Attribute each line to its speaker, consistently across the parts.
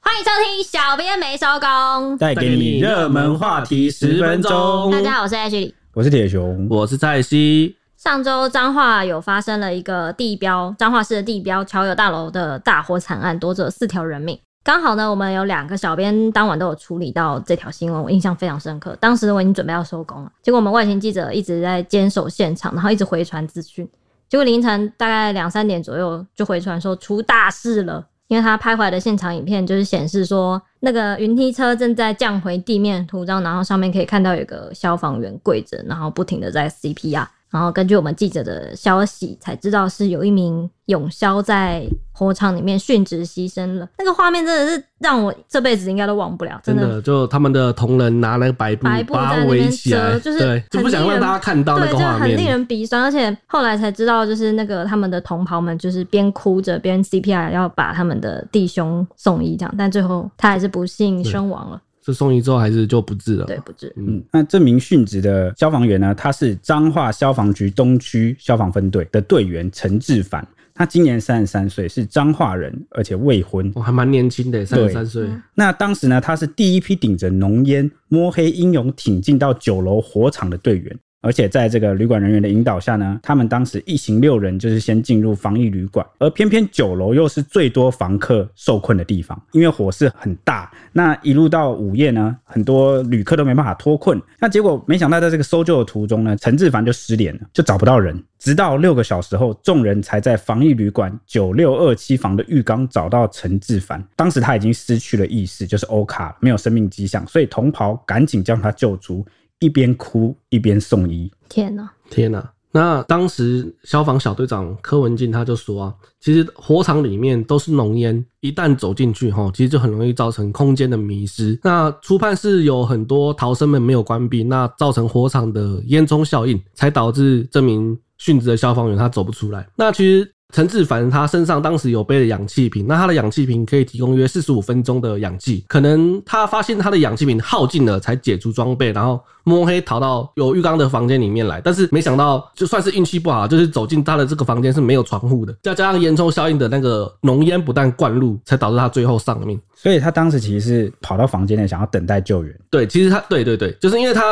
Speaker 1: 欢迎收听《小编没收工》。
Speaker 2: 带哎给你热门话题十分
Speaker 3: 嗯
Speaker 2: 钟。
Speaker 1: 大家好，我是 H 李。
Speaker 2: 我是铁熊，
Speaker 3: 我是蔡西，
Speaker 1: 上周彰化有发生了一个地标彰化市的地标侨友大楼的大火惨案，夺走四条人命。刚好呢，我们有两个小编当晚都有处理到这条新闻，我印象非常深刻。当时我已经准备要收工了，结果我们外勤记者一直在坚守现场，然后一直回传资讯。结果凌晨大概两三点左右就回传说出大事了，因为他拍回来的现场影片就是显示说那个云梯车正在降回地面的途中，然后上面可以看到有个消防员跪着，然后不停的在 CPR。然后根据我们记者的消息才知道，是有一名永消在火场里面殉职牺牲了。那个画面真的是让我这辈子应该都忘不了，
Speaker 3: 真的就他们的同仁拿那个白布
Speaker 1: 白布
Speaker 3: 把它
Speaker 1: 在那
Speaker 3: 围
Speaker 1: 边
Speaker 3: 起来，
Speaker 1: 遮就是
Speaker 3: 对，就
Speaker 1: 很
Speaker 3: 不想
Speaker 1: 令
Speaker 3: 让
Speaker 1: 人
Speaker 3: 大家看到那
Speaker 1: 对，
Speaker 3: 个
Speaker 1: 就
Speaker 3: 画
Speaker 1: 很令
Speaker 3: 面。
Speaker 1: 人鼻酸。而且后来才知道，就是那个他们的同袍们，就是边哭着边 CPR 要把他们的弟兄送医这样，但最后他还是不幸身亡了，
Speaker 3: 就送医之后还是就不治了。
Speaker 1: 对，不治。
Speaker 3: 嗯，
Speaker 2: 那这名殉职的消防员呢，他是彰化消防局东区消防分队的队员陈志凡，他今年三十三岁，是彰化人，而且未婚。
Speaker 3: 我还蛮年轻的，三
Speaker 2: 对
Speaker 3: 十三岁，
Speaker 2: 那当时呢，他是第一批顶着浓烟、摸黑英勇挺进到九楼火场的队员，而且在这个旅馆人员的引导下呢，他们当时一行六人就是先进入防疫旅馆，而偏偏九楼又是最多房客受困的地方，因为火势很大，那一路到午夜呢，很多旅客都没办法脱困。那结果没想到在这个搜救的途中呢，陈志凡就失联了，就找不到人。直到六个小时后，众人才在防疫旅馆九六二七房的浴缸找到陈志凡。当时他已经失去了意识，就是欧卡了，没有生命迹象，所以同袍赶紧将他救出，一边哭一边送医。
Speaker 1: 天哪！
Speaker 3: 天哪、那当时消防小队长柯文进他就说啊，其实火场里面都是浓烟，一旦走进去哈，其实就很容易造成空间的迷失。那初判是有很多逃生门没有关闭，那造成火场的烟囱效应，才导致这名殉职的消防员他走不出来。那其实。陈志凡他身上当时有背了氧气瓶，那他的氧气瓶可以提供约四十五分钟的氧气。可能他发现他的氧气瓶耗尽了，才解除装备，然后摸黑逃到有浴缸的房间里面来。但是没想到，就算是运气不好，就是走进他的这个房间是没有窗户的，再加上烟囱效应的那个浓烟不但灌入，才导致他最后丧命。
Speaker 2: 所以他当时其实是跑到房间内想要等待救援。
Speaker 3: 对，其实他对对对，就是因为他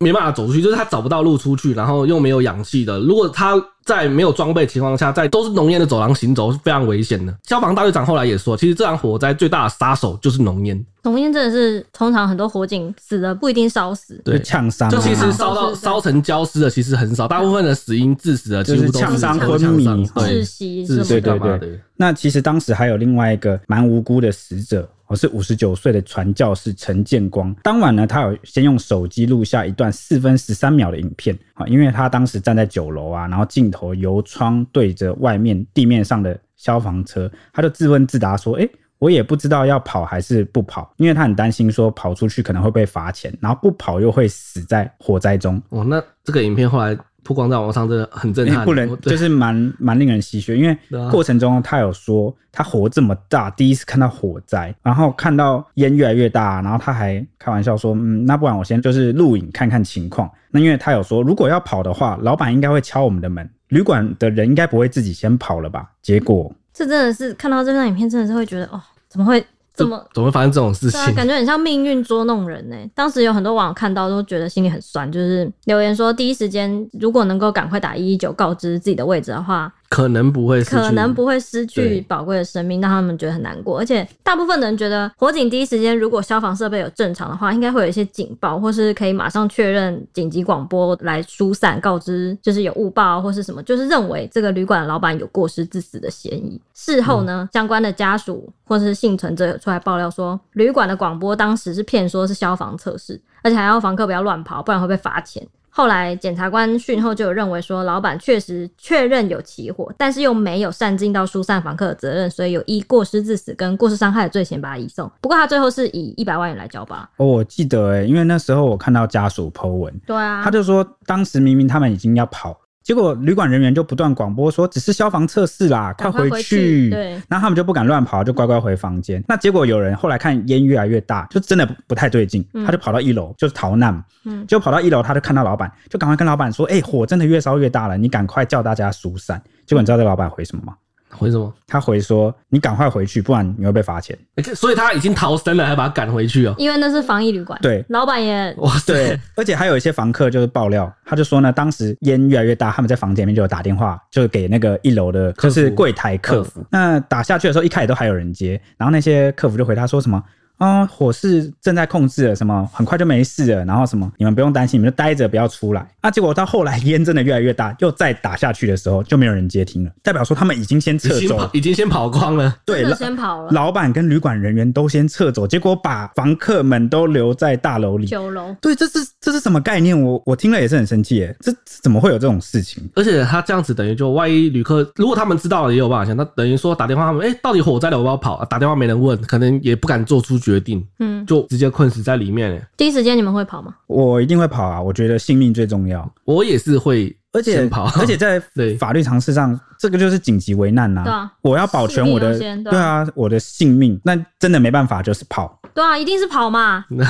Speaker 3: 没办法走出去，就是他找不到路出去，然后又没有氧气的。如果他在没有装备情况下，在都是浓烟的走廊行走是非常危险的。消防大队长后来也说，其实这场火灾最大的杀手就是浓烟，
Speaker 1: 浓烟真的是通常很多火警死的不一定烧死，
Speaker 2: 就
Speaker 3: 对。
Speaker 2: 呛伤啊，
Speaker 3: 就其实烧到烧成焦尸的其实很少，大部分的死因致死的几
Speaker 2: 就是
Speaker 3: 乎都
Speaker 2: 呛
Speaker 1: 伤
Speaker 3: 呛
Speaker 2: 昏迷
Speaker 3: 伤
Speaker 1: 窒
Speaker 3: 对，
Speaker 1: 息什
Speaker 3: 窒
Speaker 1: 么
Speaker 3: 息
Speaker 1: 的。
Speaker 3: 干嘛
Speaker 2: 对对
Speaker 3: 的？
Speaker 2: 那其实当时还有另外一个蛮无辜的死者，我是五十九岁的传教士陈建光。当晚呢，他有先用手机录下一段四分十三秒的影片啊，因为他当时站在九楼啊，然后镜头由窗对着外面地面上的消防车，他就自问自答说：“诶，我也不知道要跑还是不跑，因为他很担心说跑出去可能会被罚钱，然后不跑又会死在火灾中。”
Speaker 3: 哦，那这个影片后来曝光在网上，真的很震
Speaker 2: 也
Speaker 3: 撼。哦
Speaker 2: 不能，
Speaker 3: 对
Speaker 2: 就是蛮蛮令人唏嘘，因为
Speaker 3: 对啊
Speaker 2: 过程中他有说他活这么大，第一次看到火灾，然后看到烟越来越大，然后他还开玩笑说，嗯，那不然我先就是录影看看情况。那因为他有说，如果要跑的话，老板应该会敲我们的门，旅馆的人应该不会自己先跑了吧？结果
Speaker 1: 这真的是看到这段影片，真的是会觉得哦，怎么会这么
Speaker 3: 怎么会发生这种事
Speaker 1: 对啊，
Speaker 3: 情？
Speaker 1: 感觉很像命运捉弄人呢、当时有很多网友看到都觉得心里很酸，就是留言说第一时间如果能够赶快打一一九告知自己的位置的话，
Speaker 3: 可能不会失去，
Speaker 1: 可能不会失去
Speaker 3: 对
Speaker 1: 宝贵的生命，让他们觉得很难过。而且大部分的人觉得火警第一时间如果消防设备有正常的话，应该会有一些警报，或是可以马上确认紧急广播来疏散，告知就是有误报或是什么，就是认为这个旅馆的老板有过失致死的嫌疑。事后呢，
Speaker 3: 嗯
Speaker 1: 相关的家属或是幸存者有出来爆料说，旅馆的广播当时是骗说是消防测试，而且还要房客不要乱跑，不然会被罚钱。后来检察官讯后就有认为说，老板确实确认有起火，但是又没有善尽到疏散房客的责任，所以有依过失致死跟过失伤害的罪嫌把他移送。不过他最后是以一百万元来交吧？
Speaker 2: 哦，我记得哎、因为那时候我看到家属 Po 文，
Speaker 1: 对啊
Speaker 2: 他就说当时明明他们已经要跑，结果旅馆人员就不断广播说只是消防测试啦，快
Speaker 1: 赶快
Speaker 2: 回
Speaker 1: 回
Speaker 2: 去。
Speaker 1: 去对
Speaker 2: 然后他们就不敢乱跑，就乖乖回房间。那结果有人后来看烟越来越大，就真的不不太对劲，
Speaker 1: 嗯
Speaker 2: 他就跑到一楼就是逃难嘛，
Speaker 1: 嗯
Speaker 2: 就跑到一楼他就看到老板，就赶快跟老板说，哎、火真的越烧越大了，你赶快叫大家疏散。结果你知道这个老板回什么吗？
Speaker 3: 回什么？
Speaker 2: 他回说：“你赶快回去，不然你会被罚钱。
Speaker 3: 欸所以他已经逃生了，还把他赶回去哦、
Speaker 1: 因为那是防疫旅馆，
Speaker 2: 对哦
Speaker 1: 老板也
Speaker 3: 哇塞，”
Speaker 2: 而且还有一些房客就是爆料，他就说呢，当时烟越来越大，他们在房间里面就有打电话，就给那个一楼的，
Speaker 3: 客服
Speaker 2: 就是柜台客服。那打下去的时候，一开始都还有人接，然后那些客服就回他说什么。啊、火势正在控制了，什么很快就没事了，然后什么你们不用担心，你们就待着不要出来。 啊，结果到后来烟真的越来越大，又再打下去的时候就没有人接听了，代表说他们已经先 撤
Speaker 3: 已经
Speaker 2: 走了
Speaker 3: 跑，已经先跑光了。
Speaker 2: 对，
Speaker 1: 真的
Speaker 2: 了。
Speaker 1: 先跑了
Speaker 2: 老板跟旅馆人员都先撤走，结果把房客们都留在大楼里。
Speaker 1: 九楼。
Speaker 2: 对，这是这是什么概念？我我听了也是很生气耶，这这怎么会有这种事情？
Speaker 3: 而且他这样子等于就万一旅客如果他们知道了也有办法想，那等于说打电话他们哎、欸到底火灾了我要不要跑、啊打电话没人问，可能也不敢做出决定，
Speaker 1: 嗯，
Speaker 3: 就直接困死在里面、欸。
Speaker 1: 第一时间你们会跑吗？
Speaker 2: 我一定会跑啊！我觉得性命最重要，
Speaker 3: 我也是会
Speaker 2: 而且
Speaker 3: 先跑，
Speaker 2: 而且在
Speaker 3: 对
Speaker 2: 法律常识上，这个就是紧急危难呐、
Speaker 1: 对啊
Speaker 2: 我要保全我的
Speaker 1: 性命优先对
Speaker 2: 对啊，我的性命，那真的没办法，就是跑。
Speaker 1: 对啊，一定是跑嘛。
Speaker 3: 那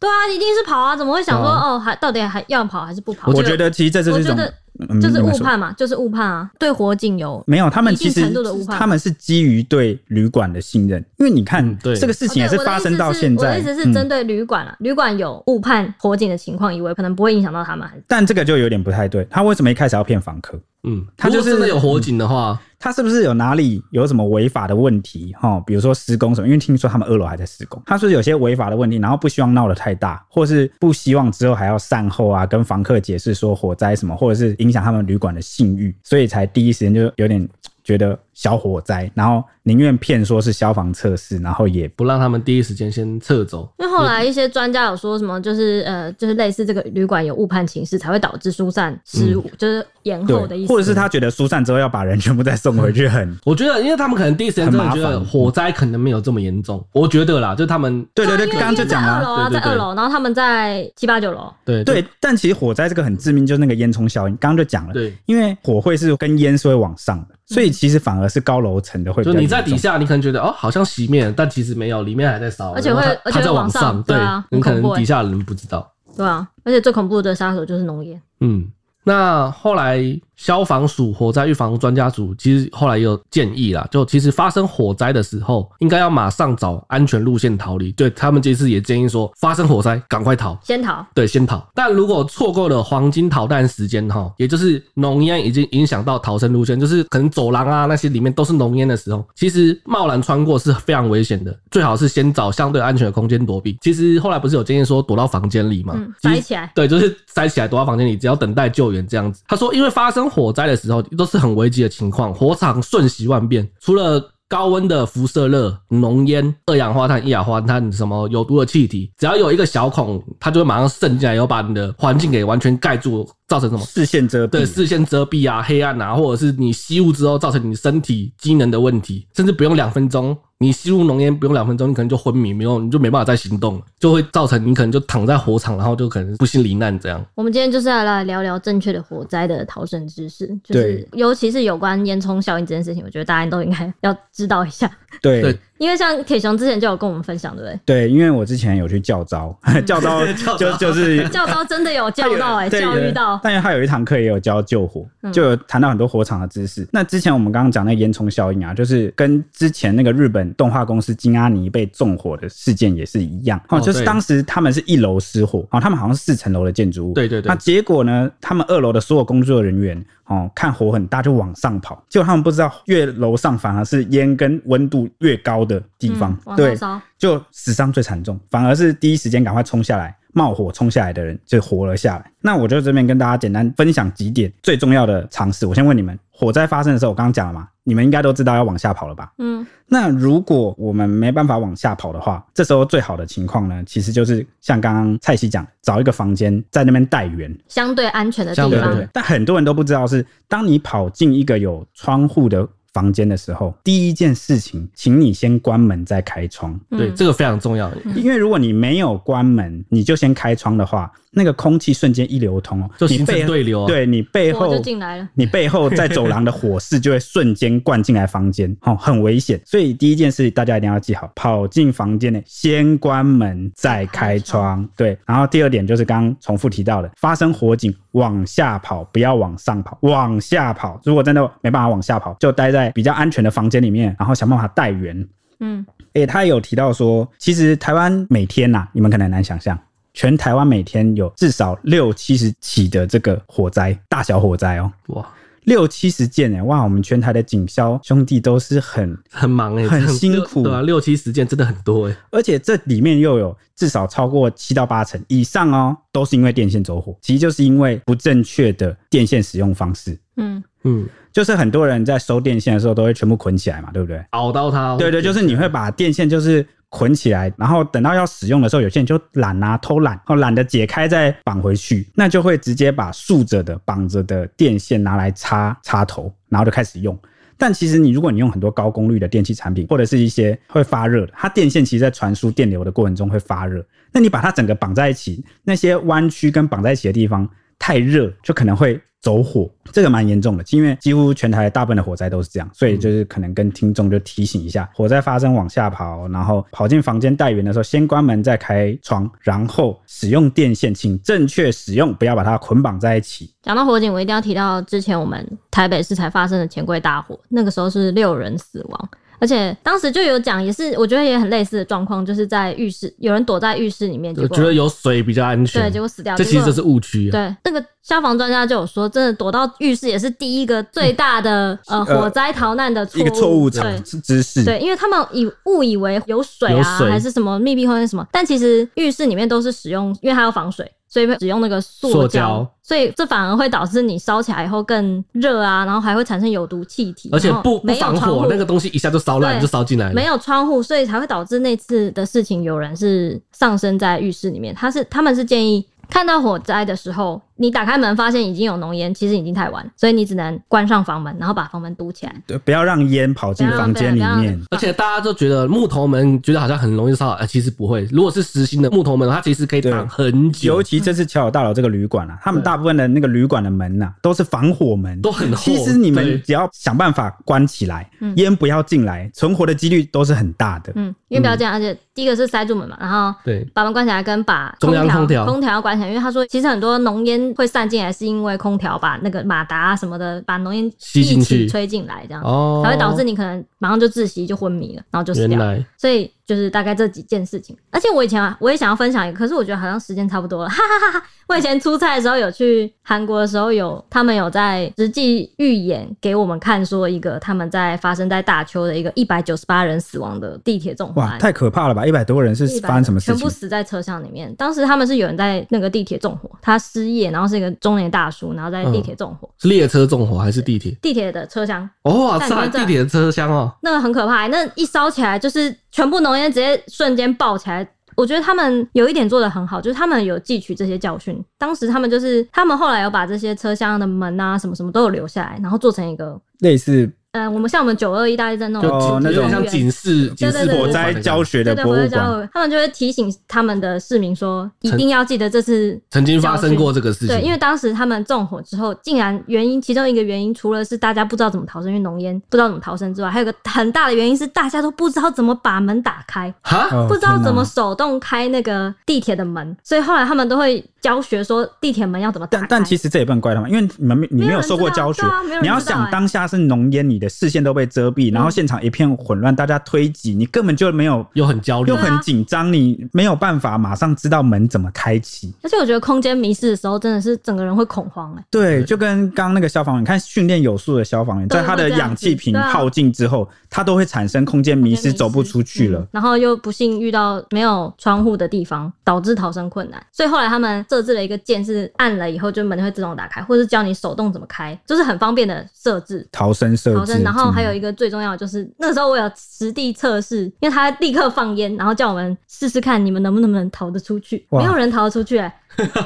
Speaker 1: 对啊，一定是跑啊，怎么会想说
Speaker 3: 对啊
Speaker 1: 哦，还到底还要跑还是不跑？
Speaker 2: 我
Speaker 1: 我
Speaker 2: 觉得其实这是
Speaker 1: 觉
Speaker 2: 一种
Speaker 1: 得
Speaker 2: 嗯
Speaker 1: 就是
Speaker 2: 你们
Speaker 1: 误
Speaker 2: 说
Speaker 1: 判嘛，就是误判啊，对火警有
Speaker 2: 没有，他们
Speaker 1: 一定
Speaker 2: 其实
Speaker 1: 程度的误判
Speaker 2: 他们是基于对旅馆的信任，因为你看、
Speaker 3: 嗯对
Speaker 2: 这个事
Speaker 1: 哦
Speaker 2: 情也
Speaker 1: 对我的
Speaker 2: 发
Speaker 1: 意
Speaker 2: 生
Speaker 1: 思
Speaker 2: 到
Speaker 1: 是
Speaker 2: 现
Speaker 1: 我
Speaker 2: 在，
Speaker 1: 的意思是针
Speaker 2: 嗯，
Speaker 1: 对旅馆了、啊旅馆有误判火警的情况，以为可能不会影响到他们，还是
Speaker 2: 但这个就有点不太对。他为什么一开始要骗房客？
Speaker 3: 嗯，
Speaker 2: 他就是
Speaker 3: 如果真的有火警的话，
Speaker 2: 他是不是有哪里有什么违法的问题？哈，比如说施工什么？因为听说他们二楼还在施工，他说有些违法的问题，然后不希望闹得太大，或是不希望之后还要善后啊，跟房客解释说火灾什么，或者是影响他们旅馆的信誉，所以才第一时间就有点觉得小火灾，然后宁愿骗说是消防测试，然后也
Speaker 3: 不让他们第一时间先撤走。
Speaker 1: 因为后
Speaker 2: 嗯
Speaker 1: 来一些专家有说什么，就是呃，就是类似这个旅馆有误判情势，才会导致疏散失误，就是延后的意
Speaker 2: 嗯对，
Speaker 1: 思。
Speaker 2: 或者是他觉得疏散之后要把人全部再送回去很，
Speaker 3: 我觉得，因为他们可能第一时间真的觉
Speaker 2: 很麻
Speaker 3: 得
Speaker 2: 烦
Speaker 3: 火灾可能没有这么严重，我觉得啦，就他们
Speaker 2: 对对
Speaker 1: 啊
Speaker 2: 对，
Speaker 1: 因为
Speaker 2: 刚刚就讲
Speaker 1: 因为在二
Speaker 2: 了
Speaker 1: 楼。啊，
Speaker 3: 对
Speaker 1: 在
Speaker 3: 对对
Speaker 1: 二楼，然后他们在七八九楼，
Speaker 3: 对
Speaker 2: 对，但其实火灾这个很致命，就是那个烟囱效应。刚刚就讲了，
Speaker 3: 对，嗯
Speaker 2: 因为火会是跟烟是会往上的，所以其实反而是高楼层的会比
Speaker 3: 就
Speaker 2: 较
Speaker 3: 你
Speaker 2: 严
Speaker 3: 在
Speaker 2: 重
Speaker 3: 底下，你可能觉得哦好像熄灭了，但其实没有，里面还在烧，
Speaker 1: 而且
Speaker 3: 然后
Speaker 1: 会
Speaker 3: 它
Speaker 1: 而且
Speaker 3: 它
Speaker 1: 会
Speaker 3: 在
Speaker 1: 往上
Speaker 3: 上，
Speaker 1: 对啊很
Speaker 3: 你可
Speaker 1: 恐
Speaker 3: 能
Speaker 1: 怖欸
Speaker 3: 底下的人不知道。
Speaker 1: 对啊，而且最恐怖的杀手就是浓烟，
Speaker 3: 嗯，那后来消防署火灾预防专家组其实后来也有建议啦，就其实发生火灾的时候，应该要马上找安全路线逃离。对他们这次也建议说，发生火灾赶快逃。
Speaker 1: 仙桃
Speaker 3: 对，先逃。但如果错过了黄金逃难时间哈，也就是浓烟已经影响到逃生路线，就是可能走廊啊那些里面都是浓烟的时候，其实贸然穿过是非常危险的，最好是先找相对安全的空间躲避。其实后来不是有建议说躲到房间里嘛，
Speaker 1: 嗯
Speaker 3: 其实
Speaker 1: 塞起来
Speaker 3: 对，就是塞起来躲到房间里，只要等待救援这样子。他说，因为发生火灾的时候都是很危急的情况，火场瞬息万变，除了高温的辐射热、浓烟、二氧化碳、一氧化碳、什么有毒的气体，只要有一个小孔，它就会马上渗进来，然后把你的环境给完全盖住，造成什么？
Speaker 2: 视线遮蔽，
Speaker 3: 对，视线遮蔽啊、黑暗啊，或者是你吸入之后造成你身体机能的问题，甚至不用两分钟，你吸入浓烟不用两分钟，你可能就昏迷，没有你就没办法再行动了，就会造成你可能就躺在火场，然后就可能不幸罹难这样。
Speaker 1: 我们今天就是要来聊聊正确的火灾的逃生知识，就是
Speaker 2: 对
Speaker 1: 尤其是有关烟囱效应这件事情，我觉得大家都应该要知道一下，
Speaker 2: 对
Speaker 3: 对
Speaker 2: 对
Speaker 1: 因为像铁雄之前就有跟我们分享，对不对？
Speaker 2: 因为我之前有去教招，
Speaker 3: 嗯
Speaker 2: 教 招就就是。
Speaker 1: 教招真的有 教到哎、
Speaker 2: 对
Speaker 1: 教育到，嗯
Speaker 2: 但是他有一堂课也有教救火，就有谈到很多火场的知识。那之前我们刚刚讲那个烟囱效应啊，就是跟之前那个日本动画公司金阿尼被纵火的事件也是一样。哦，
Speaker 3: 哦
Speaker 2: 就是
Speaker 3: 对
Speaker 2: 当时他们是一楼失火，哦，他们好像是四层楼的建筑物，
Speaker 3: 对对对
Speaker 2: 那结果呢，他们二楼的所有工作人员哦，看火很大就往上跑，结果他们不知道越楼上反而是烟跟温度越高的地方，
Speaker 1: 嗯往上
Speaker 2: 对，
Speaker 1: 烧
Speaker 2: 就死伤最惨重，反而是第一时间赶快冲下来冒火冲下来的人就活了下来。那我就这边跟大家简单分享几点最重要的常识。我先问你们，火灾发生的时候，我刚刚讲了嘛，你们应该都知道要往下跑了吧？
Speaker 1: 嗯，
Speaker 2: 那如果我们没办法往下跑的话，这时候最好的情况呢，其实就是像刚刚蔡西讲，找一个房间在那边待援。
Speaker 1: 相对安全的地
Speaker 3: 相对
Speaker 2: 对
Speaker 3: 安
Speaker 2: 对
Speaker 1: 方
Speaker 3: 全，
Speaker 2: 对。但很多人都不知道是，当你跑进一个有窗户的房间的时候，第一件事情，请你先关门再开窗。
Speaker 3: 对，
Speaker 1: 嗯
Speaker 3: 这个非常重要。
Speaker 2: 因为如果你没有关门，你就先开窗的话，那个空气瞬间一流通哦，
Speaker 3: 就
Speaker 2: 你
Speaker 3: 形成
Speaker 2: 背
Speaker 3: 对流啊
Speaker 2: 对你背
Speaker 1: 火
Speaker 2: 后
Speaker 1: 就进来了。
Speaker 2: 你背后在走廊的火势就会瞬间灌进来房间， 哦，很危险。所以第一件事大家一定要记好，跑进房间内先关门再开窗。对，然后第二点就是刚刚重复提到的，发生火警往下跑，不要往上跑，往下跑。如果真的没办法往下跑，就待在在比较安全的房间里面，然后想办法带援。
Speaker 1: 嗯，
Speaker 2: 诶、他也有提到说，其实台湾每天呐、你们可能很难想象，全台湾每天有至少六七十起的这个火灾，大小火灾哦，
Speaker 3: 哇，
Speaker 2: 六七十件诶、欸哇，我们全台的警消兄弟都是很，
Speaker 3: 很忙哎、欸，
Speaker 2: 很
Speaker 3: 这样
Speaker 2: 辛
Speaker 3: 六
Speaker 2: 苦
Speaker 3: 对啊，六七十件真的很多哎、
Speaker 2: 而且这里面又有至少超过七到八成以上哦，都是因为电线走火，其实就是因为不正确的电线使用方式。
Speaker 1: 嗯，
Speaker 3: 嗯，
Speaker 2: 就是很多人在收电线的时候都会全部捆起来嘛，对不对？
Speaker 3: 熬到它，
Speaker 2: 对对，就是你会把电线就是捆起来，然后等到要使用的时候，有些人就懒啊，偷懒，哦，懒得解开再绑回去，那就会直接把竖着的绑着的电线拿来插插头，然后就开始用。但其实你如果你用很多高功率的电器产品，或者是一些会发热的，它电线其实在传输电流的过程中会发热，那你把它整个绑在一起，那些弯曲跟绑在一起的地方太热，就可能会走火，这个蛮严重的，因为几乎全台大部分的火灾都是这样，所以就是可能跟听众就提醒一下，火灾发生往下跑，然后跑进房间待援的时候，先关门再开窗，然后使用电线，请正确使用，不要把它捆绑在一起。
Speaker 1: 讲到火警，我一定要提到之前我们台北市才发生的钱柜大火，那个时候是六人死亡。而且当时就有讲，也是我觉得也很类似的状况，就是在浴室有人躲在浴室里面，结
Speaker 3: 我
Speaker 1: 果
Speaker 3: 觉得有水比较安
Speaker 1: 对，
Speaker 3: 全，
Speaker 1: 结果死掉。
Speaker 3: 这其
Speaker 1: 结
Speaker 3: 实
Speaker 1: 果
Speaker 3: 这是误区、啊，
Speaker 1: 对，那个消防专家就有说，真的躲到浴室也是第一个最大的、呃火灾逃难的错误，
Speaker 2: 一个错误
Speaker 1: 对
Speaker 2: 的姿势，
Speaker 1: 对，因为他们以误以为有水
Speaker 3: 有
Speaker 1: 啊，
Speaker 3: 水
Speaker 1: 还是什么密闭空间什么，但其实浴室里面都是使用，因为它要防水，所以会使用那个塑
Speaker 3: 塑胶
Speaker 1: 所以这反而会导致你烧起来以后更热啊，然后还会产生有毒气体，
Speaker 3: 而且
Speaker 1: 然后
Speaker 3: 不不
Speaker 1: 没有
Speaker 3: 防
Speaker 1: 窗户
Speaker 3: 火，那个东西一下就烧烂，
Speaker 1: 对
Speaker 3: 就烧进来了，
Speaker 1: 没有窗户，所以才会导致那次的事情有人是丧生在浴室里面。他是他们是建议看到火灾的时候，你打开门发现已经有浓烟，其实已经太晚，所以你只能关上房门，然后把房门堵起来。
Speaker 2: 对，不要让烟跑进
Speaker 1: 不要
Speaker 2: 房间里
Speaker 1: 不要
Speaker 2: 面。
Speaker 3: 而且大家都觉得木头门觉得好像很容易烧，呃，其实不会。如果是实心的木头门，它其实可以
Speaker 2: 对
Speaker 3: 挡很
Speaker 2: 尤
Speaker 3: 久，
Speaker 2: 其这次乔友大楼这个旅馆啊，他们大部分的那个旅馆的门呐、啊都是防火门，
Speaker 3: 都很厚。
Speaker 2: 其实你们
Speaker 3: 对
Speaker 2: 只要想办法关起来
Speaker 1: 嗯，
Speaker 2: 烟不要进来，存活的几率都是很大的。
Speaker 1: 嗯，因为不要这样，而且第一个是塞住门嘛，然后
Speaker 3: 对
Speaker 1: 把门关起来，跟把
Speaker 3: 中央
Speaker 1: 空
Speaker 3: 空调
Speaker 1: 空调要关起来，因为他说其实很多浓烟会散进来，是因为空调把那个马达啊什么的把浓烟
Speaker 3: 吸进
Speaker 1: 一起
Speaker 3: 去
Speaker 1: 吹进来，这样、
Speaker 3: 哦，
Speaker 1: 才会导致你可能马上就窒息就昏迷了，然后就死
Speaker 3: 原
Speaker 1: 掉了。
Speaker 3: 来
Speaker 1: 所以就是大概这几件事情。而且我以前啊，我也想要分享一个，可是我觉得好像时间差不多了，哈哈哈哈！我以前出差的时候有去韩国的时候有，他们有在实际预演给我们看，说一个他们在发生在大邱的一个一百九十八人死亡的地铁纵火
Speaker 2: 哇，
Speaker 1: 案。
Speaker 2: 太可怕了吧！一百多个人是
Speaker 1: 100
Speaker 2: 发生什么事
Speaker 1: 哎全
Speaker 2: 情
Speaker 1: 部？死在车厢里面。当时他们是有人在那个地铁纵火，他失业，然后是一个中年大叔，然后在地铁纵火，
Speaker 3: 是列车纵火还是地铁？
Speaker 1: 地铁的车厢
Speaker 3: 哦，哇
Speaker 1: 但你
Speaker 3: 塞，
Speaker 1: 们这
Speaker 3: 地铁的车厢哦，
Speaker 1: 那个很可怕、那一烧起来就是全部浓烟直接瞬间爆起来。我觉得他们有一点做的很好，就是他们有汲取这些教训。当时他们就是他们后来有把这些车厢的门啊什么什么都有留下来，然后做成一个，
Speaker 2: 类似
Speaker 1: 嗯、我们像我们九二一大地震那
Speaker 3: 就
Speaker 1: 种
Speaker 2: 哦那
Speaker 3: 有
Speaker 2: 种
Speaker 3: 点像警示警
Speaker 1: 对对
Speaker 3: 示
Speaker 1: 对
Speaker 2: 火灾教
Speaker 3: 学
Speaker 2: 学
Speaker 1: 对
Speaker 2: 的
Speaker 1: 对，
Speaker 2: 博
Speaker 1: 回
Speaker 2: 物
Speaker 1: 家
Speaker 2: 馆，
Speaker 1: 他们就会提醒他们的市民说，一定要记得这次
Speaker 3: 曾经发生过这个事情，
Speaker 1: 对，因为当时他们纵火之后，竟然原因其中一个原因，除了是大家不知道怎么逃生，因为浓烟不知道怎么逃生之外，还有一个很大的原因是大家都不知道怎么把门打开。
Speaker 3: 哈，
Speaker 2: 哦
Speaker 1: 不知道
Speaker 2: 天哪
Speaker 1: 怎么手动开那个地铁的门，所以后来他们都会教学说地铁门要怎么打
Speaker 2: 但
Speaker 1: 开。
Speaker 2: 但其实这也不能怪他们，因为你们没你
Speaker 1: 没有
Speaker 2: 没有
Speaker 1: 人
Speaker 2: 受过
Speaker 1: 知道
Speaker 2: 教学
Speaker 1: 对啊没有，人
Speaker 2: 你要
Speaker 1: 知道嗯
Speaker 2: 想
Speaker 1: 哎
Speaker 2: 当下是浓烟，你的视线都被遮蔽，然后现场一片混乱，大家推挤，你根本就没有
Speaker 3: 又很焦虑
Speaker 2: 又，
Speaker 1: 啊
Speaker 2: 很紧张，你没有办法马上知道门怎么开启。
Speaker 1: 而且我觉得空间迷失的时候，真的是整个人会恐慌哎、
Speaker 2: 对，就跟刚刚那个消防员，你看训练有素的消防员，
Speaker 1: 对
Speaker 2: 在他
Speaker 1: 会
Speaker 2: 的
Speaker 1: 这样
Speaker 2: 氧气
Speaker 1: 子
Speaker 2: 瓶
Speaker 1: 对啊
Speaker 2: 耗尽之后，他都会产生空间迷失，走不出去了
Speaker 1: 嗯。然后又不幸遇到没有窗户的地方，导致逃生困难。所以后来他们设置了一个键，是按了以后就门会自动打开，或是教你手动怎么开，就是很方便的设置。
Speaker 2: 逃生设
Speaker 1: 逃
Speaker 2: 置，
Speaker 1: 生，然后还有
Speaker 2: 嗯
Speaker 1: 一个最重要的就是，那时候我有实地测试，因为他立刻放烟，然后叫我们试试看你们能不能逃得出去，
Speaker 2: 哇
Speaker 1: 没有人逃得出去、哎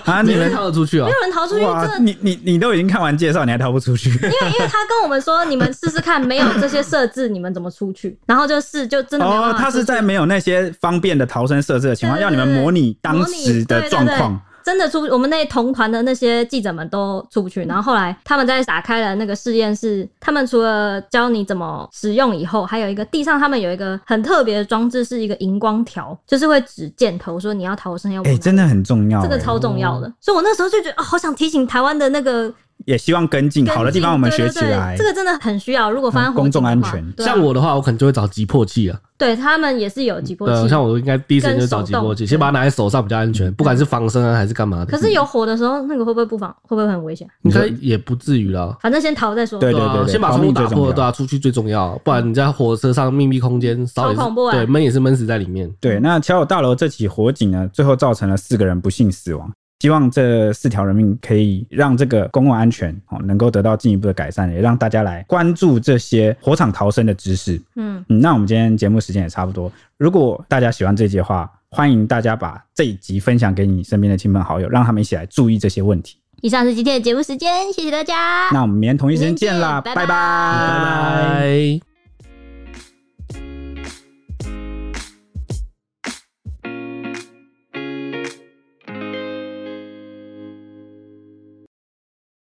Speaker 2: 啊，
Speaker 3: 你
Speaker 2: 你
Speaker 3: 能
Speaker 2: 们
Speaker 3: 跳得出去啊
Speaker 1: 没？有人逃出去，
Speaker 2: 哇，
Speaker 1: 真的，
Speaker 2: 你你你都已经看完介绍，你还逃不出去？
Speaker 1: 因为因为他跟我们说，你们试试看，没有这些设置，你们怎么出去？然后就试，就 真的没有办
Speaker 2: 哦，
Speaker 1: 法
Speaker 2: 他是
Speaker 1: 出去
Speaker 2: 在没有那些方便的逃生设置的情况，
Speaker 1: 对对
Speaker 2: 要你们模拟当
Speaker 1: 模拟
Speaker 2: 时的状况。。
Speaker 1: 对对对真的出，我们那同团的那些记者们都出不
Speaker 2: 嗯
Speaker 1: 去。然后后来他们在打开了那个实验室，他们除了教你怎么使用以后，还有一个地上他们有一个很特别的装置，是一个荧光条，就是会指箭头说你要逃生要往
Speaker 2: 哎、
Speaker 1: 哪里
Speaker 2: 真的很重要、
Speaker 1: 这个
Speaker 2: 哎
Speaker 1: 超重要的。所以我那时候就觉得、哦、好想提醒台湾的那个
Speaker 2: 也希望跟进
Speaker 1: 跟
Speaker 2: 好的地
Speaker 1: 进
Speaker 2: 方，我们
Speaker 1: 对
Speaker 2: 学
Speaker 1: 对
Speaker 2: 起
Speaker 1: 对
Speaker 2: 来。
Speaker 1: 这个真的很需要。如果发生
Speaker 2: 嗯
Speaker 1: 火
Speaker 2: 公众
Speaker 1: 警的
Speaker 2: 安
Speaker 1: 话
Speaker 2: 全，
Speaker 1: 对啊
Speaker 3: 像我的话，我可能就会找急迫器啊。
Speaker 1: 对他们也是有急迫
Speaker 3: 对，啊
Speaker 1: 器，
Speaker 3: 像我应该第一时间就找
Speaker 1: 跟手
Speaker 3: 急迫器，
Speaker 1: 动
Speaker 3: 先把它拿在手上比较安全，不管是防身啊还是干嘛的。
Speaker 1: 可是有火的时候，那个会不会不防？会不会很危险？
Speaker 3: 应该也不至于啦。
Speaker 1: 反正先逃再说。
Speaker 2: 对
Speaker 3: 啊
Speaker 2: 对对
Speaker 3: 先把
Speaker 2: 保
Speaker 3: 窗户
Speaker 2: 密
Speaker 3: 打
Speaker 2: 最重
Speaker 3: 破，
Speaker 2: 要
Speaker 3: 对啊，出去最重要，不然你在火车上密闭空间，烧也是
Speaker 1: 超恐怖啊
Speaker 3: 对，闷也是闷死在里面。
Speaker 2: 对，那乔友大楼这起火警呢，最后造成了四个人不幸死亡。希望这四条人命可以让这个公共安全哦能够得到进一步的改善，也让大家来关注这些火场逃生的知识。
Speaker 1: 嗯，
Speaker 2: 嗯，那我们今天节目时间也差不多。如果大家喜欢这一集的话，欢迎大家把这一集分享给你身边的亲朋好友，让他们一起来注意这些问题。
Speaker 1: 以上是今天的节目时间，谢谢大家。
Speaker 2: 那我们明天同一时间见啦，
Speaker 1: 明天见拜拜
Speaker 2: 拜
Speaker 3: 拜拜。